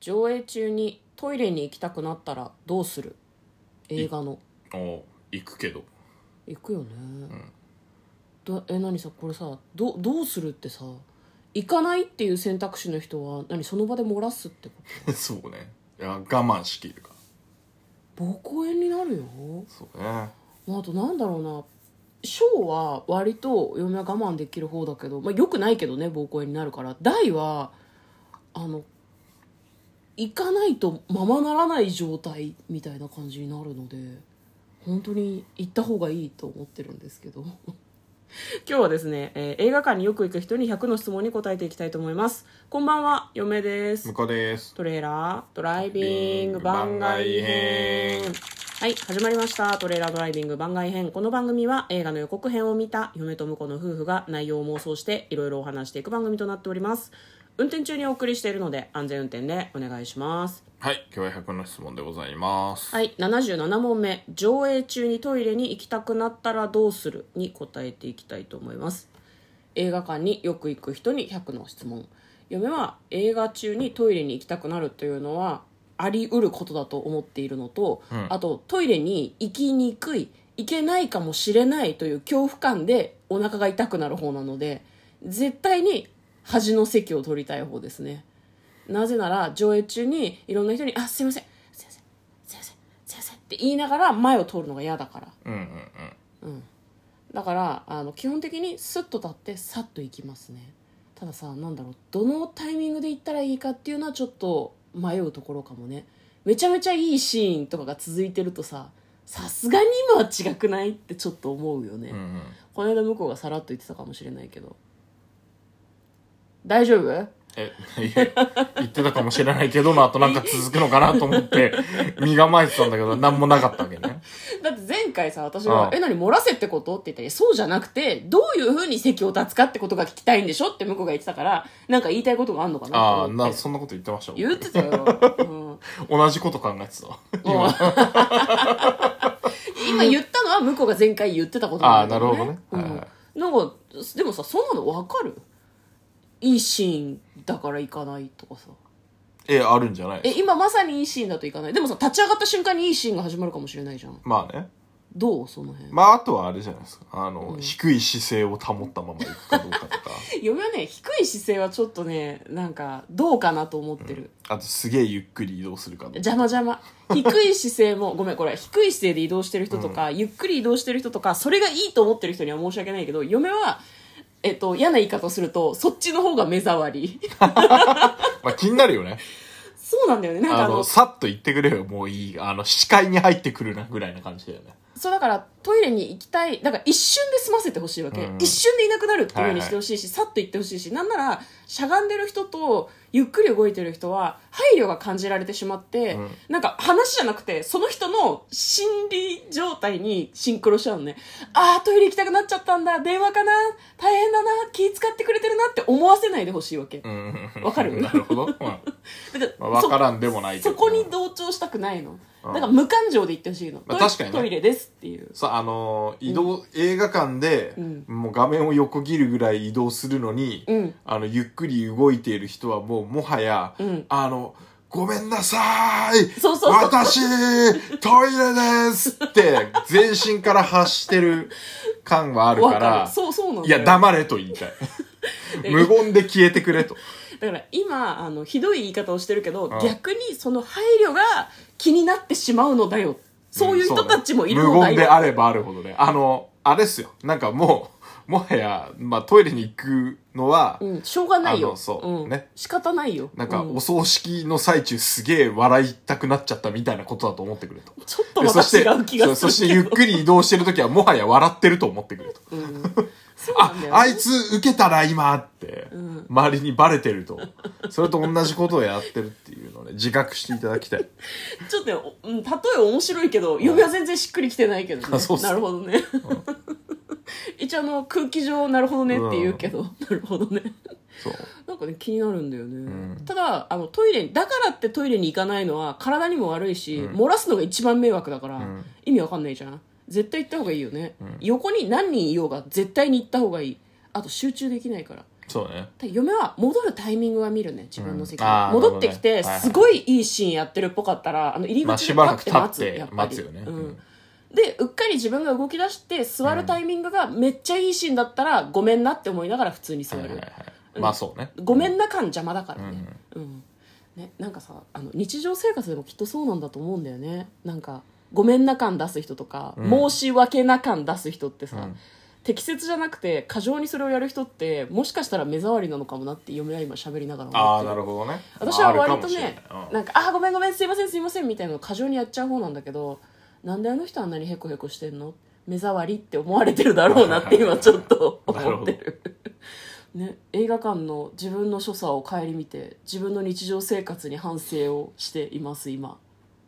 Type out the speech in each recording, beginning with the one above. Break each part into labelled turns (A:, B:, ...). A: 上映中にトイレに行きたくなったらどうする映画の
B: お行くけど
A: 行くよね、だえ何さこれさどどうするってさ行かないっていう選択肢の人は何その場で漏らすってこ
B: そうねいや我慢しきるか
A: と膀胱炎になるよ
B: そうね
A: まああとなんだろうな小は割と嫁は我慢できる方だけど、まあ、よくないけどね膀胱炎になるから大はあの行かないとままならない状態みたいな感じになるので本当に行った方がいいと思ってるんですけど 今日はですね、えー映画館によく行く人に100の質問に答えていきたいと思いますこんばんは嫁です
B: 向こうです
A: トレーラードライビング番外編はい始まりましたトレーラードライビング番外編この番組は映画の予告編を見た嫁と婿の夫婦が内容を妄想していろいろお話していく番組となっております運転中にお送りしているので安全運転でお願いします
B: はい今日は100の質問でございます
A: はい77問目上映中にトイレに行きたくなったらどうするに答えていきたいと思います映画館によく行く人に100の質問嫁は映画中にトイレに行きたくなるというのはあり得ることだと思っているのと、あとトイレに行きにくい行けないかもしれないという恐怖感でお腹が痛くなる方なので絶対に端の席を取りたい方ですねなぜなら上映中にいろんな人に「あすいませんすいませんすいませんすいません」って言いながら前を通るのが嫌だから
B: うんうんうん
A: だからあの基本的にスッと立ってさっと行きますねたださなんだろうどのタイミングで行ったらいいかっていうのはちょっと迷うところかもねめちゃめちゃいいシーンとかが続いてるとささすがに今は違くないってちょっと思うよね、
B: うんうん
A: この間向こうがさらっと言ってたかもしれないけど大丈夫
B: え、いや言ってたかもしれないけど、の後なんか続くのかなと思って、 身構えてたんだけど、なんもなかったわけね。
A: だって前回さ私が
B: あ
A: 「
B: あ
A: え何漏らせってこと?」って言ったらいや「そうじゃなくてどういうふうに席を立つかってことが聞きたいんでしょ?」って向こうが言ってたからなんか言いたいことが あるのかな
B: あ
A: と
B: あ、
A: 思っ
B: な、
A: て
B: そんなこと言ってました
A: 言っ
B: 僕
A: てたよ、 うん、
B: 同じこと考えてたわ。
A: 今今言ったのは向こうが前回言ってたことなんだけど、ね、
B: ああなるほどねはいは
A: うん、なんかでもさそんなの分かるいいシーンだから行かないとかさ
B: え、あるんじゃない
A: え今まさにいいシーンだと行かないでもさ立ち上がった瞬間にいいシーンが始まるかもしれないじゃん
B: まあね。
A: どうその辺
B: まあ、あとはあれじゃないですか。あの、低い姿勢を保ったまま行くかどうかとか。
A: 嫁はね低い姿勢はちょっとねなんかどうかなと思ってる、
B: あと、すげえゆっくり移動するかどうか。
A: 邪魔邪魔低い姿勢もご めんこれ低い姿勢で移動してる人とか、ゆっくり移動してる人とかそれがいいと思ってる人には申し訳ないけど嫁はえっと嫌な言い方をするとそっちの方が目障り
B: まあ、気になるよね。
A: そうなんだよねなんか
B: あ
A: あの
B: の、さっと言ってくれよ。もういい。あの、視界に入ってくるな、ぐらいな感じだよね。
A: そうだからトイレに行きたいだから一瞬で済ませてほしいわけ、
B: うん
A: 一瞬でいなくなるっていうようにしてほしいし、さっと行ってほしいしなんならしゃがんでる人とゆっくり動いてる人は配慮が感じられてしまって、
B: うん
A: なんか話じゃなくてその人の心理状態にシンクロしちゃうのねああトイレ行きたくなっちゃったんだ電話かな大変だな気使ってくれてるなって思わせないでほしいわけ、
B: うん。
A: わかる
B: なるほど。うん
A: だって
B: まあわからんでもないけ
A: そ
B: ど
A: こに同調したくないの
B: うん
A: だから無感情で行ってほしいの、
B: まあ
A: トイ
B: 確かにね
A: トイレですっていう
B: そうあのー移動、映画館で、
A: うん
B: もう画面を横切るぐらい移動するのに、
A: うん
B: あのゆっくり動いている人はもうもはや、
A: うん
B: あのごめんなさい
A: そうそうそう
B: 私トイレですって全身から発してる感はあるか
A: わからるそうそうなんだ
B: い
A: よ
B: や黙れと言いたい
A: え
B: 無言で消えてくれと
A: だから今あのひどい言い方をしてるけど
B: ん
A: 逆にその配慮が気になってしまうのだよそういう人たちもいる
B: うん
A: の
B: そう
A: だ
B: ね無言で
A: よ、
B: あればあるほどねあのあれっすよなんかもうもはや、まあ、トイレに行くのは、
A: うん、しょうがない
B: あ
A: よ
B: のそう
A: うん
B: ね
A: 仕方ないよ
B: なんか、
A: う
B: お葬式の最中すげえ笑いたくなっちゃったみたいなことだと思ってくれと。
A: ちょっと
B: で
A: ま
B: そ
A: た
B: して
A: 違う気が
B: そうそし
A: す
B: て
A: る
B: ゆっ
A: けど
B: くり移動してるときはもはや笑ってると思ってくれと。
A: うんそうな
B: あ
A: んだ、よね
B: あいつ受けたら今って、周りにバレてると。それと同じことをやってるっていうのをね、自覚していただきたい。
A: ちょっとねおうん例え面白いけど嫁は全然しっくりきてないけどね
B: あ そうっす
A: なるほどね 一応あの空気上なるほどねって言うけど、なるほどね
B: そう。
A: なんかね気になるんだよね、
B: ん
A: ただあのトイレだからってトイレに行かないのは体にも悪いし、漏らすのが一番迷惑だから、
B: ん
A: 意味わかんないじゃん絶対行った方がいいよね、横に何人いようが絶対に行った方がいいあと集中できないから
B: そうね
A: ただ嫁は戻るタイミングは見るね自分の席に、
B: うんあー
A: 戻ってきて、
B: なるほどね
A: すごいいいシーンやってるっぽかったらあの入り
B: まあ
A: 口
B: し
A: で
B: ば
A: パ
B: ら
A: ッ
B: く
A: て
B: 立
A: 待
B: っ
A: つ
B: て
A: やっぱり
B: 待つよね、
A: う
B: うんん
A: でうっかり自分が動き出して座るタイミングがめっちゃいいシーンだったら、ごめんなって思いながら普通に座
B: はい
A: る、
B: はいはいまあそうね
A: ごめんな感邪魔だからね,、うんねなんかさあの日常生活でもきっとそうなんだと思うんだよねなんかごめんな感出す人とか、
B: うん
A: 申し訳な感出す人ってさ、
B: うん
A: 適切じゃなくて過剰にそれをやる人ってもしかしたら目障りなのかもなって嫁は今喋りながら
B: あ
A: 思っ
B: あ
A: て
B: な
A: る
B: るほどね
A: 私は
B: あるか
A: 割
B: も
A: と
B: しれない
A: ね
B: うん
A: なんか「あーごめんごめんすいませんすいません」みたいなの過剰にやっちゃう方なんだけどなんであの人あんなにヘコヘコしてんの目障りって思われてるだろうなって今ちょっと
B: なる
A: 思っ
B: ほど
A: てる ね、映画館の自分の所作を顧みて自分の日常生活に反省をしています今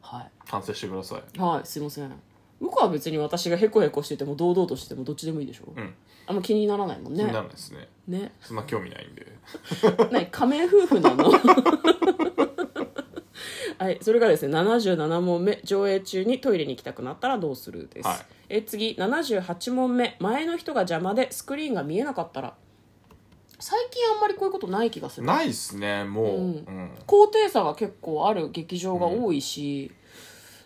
A: は
B: 完成してください
A: い、はい、すいません向こうは別に私がヘコヘコしてても堂々としててもどっちでもいいでしょ、
B: うん
A: あんま気にならないもん
B: 気
A: ね
B: にならないですね
A: ね
B: そんな興味ないんで
A: 何仮面夫婦なの はいそれがですね77問目上映中にトイレに行きたくなったらどうするです、
B: はい
A: え次78問目前の人が邪魔でスクリーンが見えなかったら最近あんまりこういうことない気がする
B: ないっすねもう、
A: う
B: うんん
A: 高低差が結構ある劇場が多いし、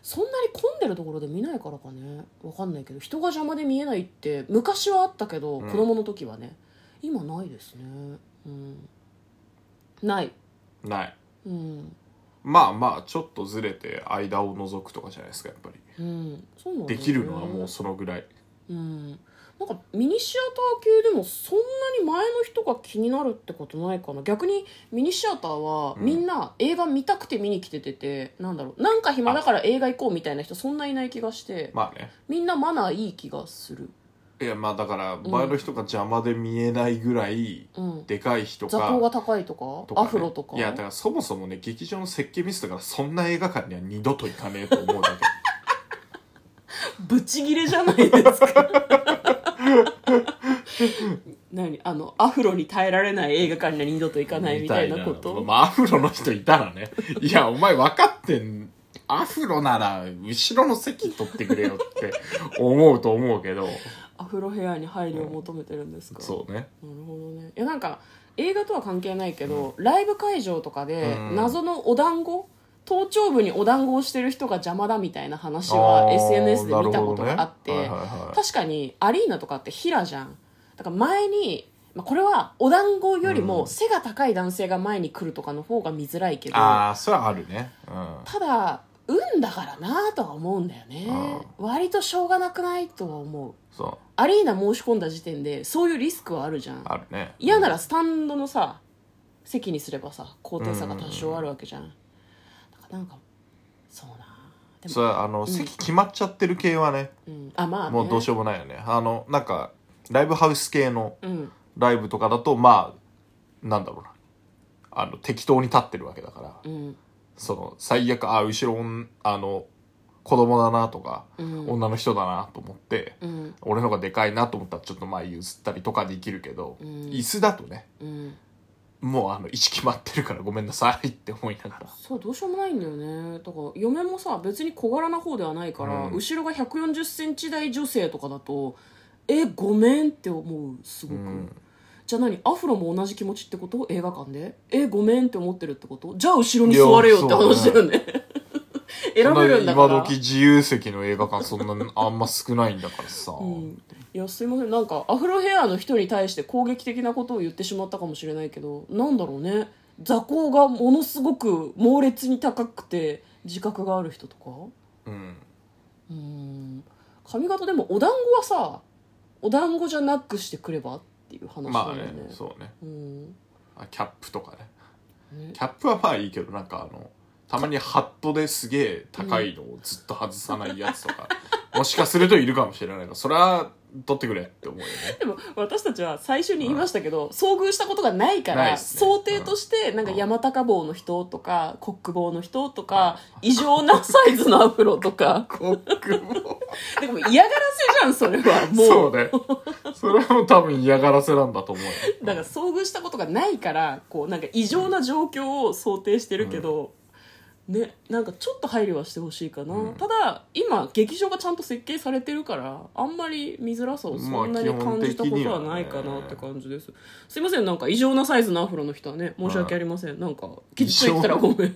A: そんなに混んでるところで見ないからかねわかんないけど人が邪魔で見えないって昔はあったけど、
B: うん
A: 子供の時はね今ないですねうんない
B: ない
A: うん
B: まあまあちょっとずれて間を覗くとかじゃないですかやっぱり
A: うん、そうなんだよね
B: できるのはもうそのぐらい
A: うん、なんかミニシアター系でもそんなに前の人が気になるってことないかな逆にミニシアターは
B: うん
A: みんな映画見たくて見に来ててて、なんだろうなんか暇だから映画行こうみたいな人そんないない気がして
B: まあね
A: みんなマナーいい気がする、
B: いやまあだから前の人が邪魔で見えないぐらい
A: うん、
B: でかい人
A: 座
B: か,、
A: 高が高いとか
B: とかね
A: アフロとか
B: いやだからそもそもね劇場の設計ミスだからそんな映画館には二度と行かねえと思うだけ
A: ブチギレじゃないですか 何あのアフロに耐えられない映画館には二度と行かないみたいなこと
B: まあアフロの人いたらねいやお前分かってんアフロなら後ろの席取ってくれよって思うと思うけど
A: アフロヘアに配慮を求めてるんですか、
B: そうね
A: なるほどねいやなんか映画とは関係ないけど、ライブ会場とかで
B: うん
A: 謎のお団子頭頂部にお団子をしてる人が邪魔だみたいな話
B: あ
A: は
B: ー
A: SNS で見たことがあって、
B: なるほどねはいはいはい
A: 確かにアリーナとかって平じゃんだから前に、まあ、これはお団子より
B: う
A: も
B: ん
A: 背が高い男性が前に来るとかの方が見づらいけど、
B: ああそれはあるねうん
A: ただ運だからなとは思うんだよね割としょうがなくないとは思う
B: そう
A: アリーナ申し込んだ時点でそういうリスクはあるじゃん
B: あるね
A: 嫌ならスタンドのさ席にすればさ高低差が多少あるわけじゃん、だからなんかそうなで
B: そ
A: も、
B: れはあの、席決まっちゃってる系はね
A: うん、あまあ、ね、
B: もうどうしようもないよねあのなんかライブハウス系の
A: うん
B: ライブとかだとまあなんだろうなあの適当に立ってるわけだから、
A: うん
B: その最悪あ後ろ女あの子供だなとか、
A: うん
B: 女の人だなと思って、
A: うん
B: 俺の方がでかいなと思ったらちょっと前譲ったりとかできるけど、
A: うん
B: 椅子だとね
A: うん
B: もうあの位置決まってるからごめんなさいって思いながら
A: そうどうしようもないんだよねだから嫁もさ別に小柄な方ではないから、
B: うん
A: 後ろが1 4 0ンチ台女性とかだとえごめんって思うすごく、
B: うん
A: じゃあ何アフロも同じ気持ちってこと映画館でえごめんって思ってるってことじゃあ後ろに座れよって話だよ ね選べるんだから
B: そんな今時自由席の映画館そんなあんま少ないんだからさ、
A: うんいやすいませんなんかアフロヘアの人に対して攻撃的なことを言ってしまったかもしれないけどなんだろうね座高がものすごく猛烈に高くて自覚がある人とか
B: うん
A: うーん髪型でもお団子はさお団子じゃなくしてくればっていう話
B: ま
A: な
B: あ
A: んだよ
B: ね
A: ね,、
B: そうね
A: うん
B: あキャップとかね
A: ね
B: キャップはまあいいけどなんかあのたまにハットですげえ高いのをずっと外さないやつとか、もしかするといるかもしれないからそれは取ってくれって思うよね
A: でも私たちは最初に言いましたけど、遭遇したことがないか
B: な
A: ら、
B: いっすね
A: 想定としてなんか山高帽の人とか、コック帽の人とか、異常なサイズのアフロとか
B: コックも
A: でも嫌がらせじゃんそれはもう
B: そうねそれはもう多分嫌がらせなんだと思うよ
A: だから遭遇したことがないからこうなんか異常な状況を想定してるけど、ね、なんかちょっと配慮はしてほしいかな、ただ今劇場がちゃんと設計されてるからあんまり見づらさをそんなに感じたことはないかなって感じです、すいませんなんか異常なサイズのアフロの人はね申し訳ありません、なんかきついったらごめん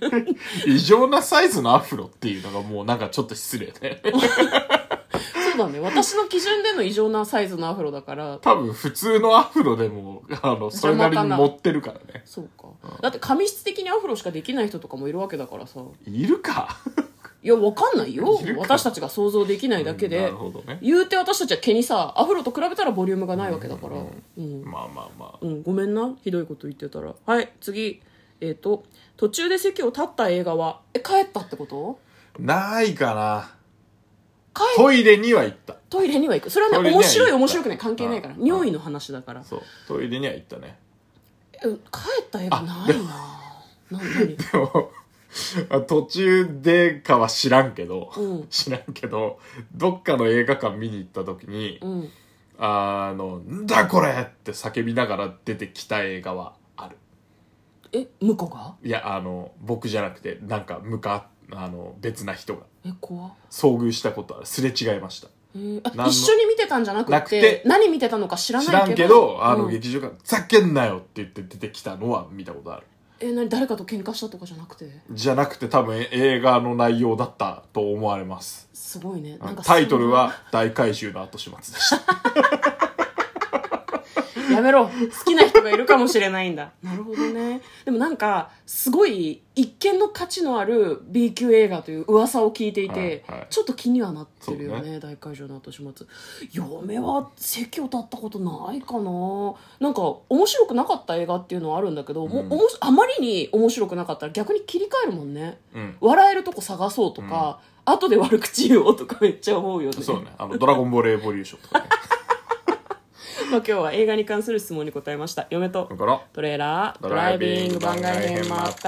B: 異常なサイズのアフロっていうのがもうなんかちょっと失礼ね
A: そうだね私の基準での異常なサイズのアフロだから
B: 多分普通のアフロでもあのそれなりに持ってるからね
A: そうか、だって髪質的にアフロしかできない人とかもいるわけだからさ
B: いるか
A: いやわかんないよ
B: いるか
A: 私たちが想像できないだけ
B: な
A: で
B: るほどね
A: 言うて私たちは毛にさアフロと比べたらボリュームがないわけだからうん
B: まあまあまあ
A: うん、ごめんなひどいこと言ってたらはい次えっ、と途中で席を立った映画はえ帰ったってこと
B: ないかな
A: 帰
B: トイレには行った
A: トイレには行くそれは
B: トイ
A: ね
B: レには
A: 面白い
B: 行った
A: 面白くない関係ないから
B: うん
A: 尿意の話だから
B: そうトイレには行ったね
A: え帰った映画ないなな何
B: でも途中でかは知らんけど、
A: うん
B: 知らんけどどっかの映画館見に行った時に、
A: うん
B: あの「んだこれ!」って叫びながら出てきた映画はある
A: え向こうが
B: いやあの僕じゃなくてなんか向かあの別な人が
A: え怖っ
B: 遭遇したことあるすれ違いました
A: えーあ
B: 何の
A: 一緒に見てたんじゃなくて
B: なくて
A: 何見てたのか知ら
B: 知
A: ない
B: ら
A: けど
B: んけどあの
A: うん
B: 劇場から「ざけんなよ!」って言って出てきたのは見たことある
A: え何誰かと喧嘩したとかじゃなくて
B: じゃなくて多分映画の内容だったと思われます
A: すごいねなんか
B: タイトルは「大怪獣の後始末」でした
A: やめろ好きな人がいるかもしれないんだ なるほどねでもなんかすごい一見の価値のある B 級映画という噂を聞いていて、
B: はいはい
A: ちょっと気にはなってるよ
B: そう
A: ね大会場の後始末嫁は席を立ったことないかななんか面白くなかった映画っていうのはあるんだけど、も
B: うん
A: おもしあまりに面白くなかったら逆に切り替えるもんね
B: うん
A: 笑えるとこ探そうとか、後で悪口言おうとかめっちゃ思うよね
B: そうねあの「ドラゴンボールエボリューション」とかね
A: まあ今日は映画に関する質問に答えました嫁と
B: だから
A: トレーラード
B: ド
A: ラ
B: ラ
A: イ
B: イ
A: ビ
B: ビ
A: ン
B: ン
A: グ
B: グ
A: 番
B: 番
A: 外
B: 外
A: 編
B: 編
A: も
B: も
A: あ
B: あ
A: っ
B: ったた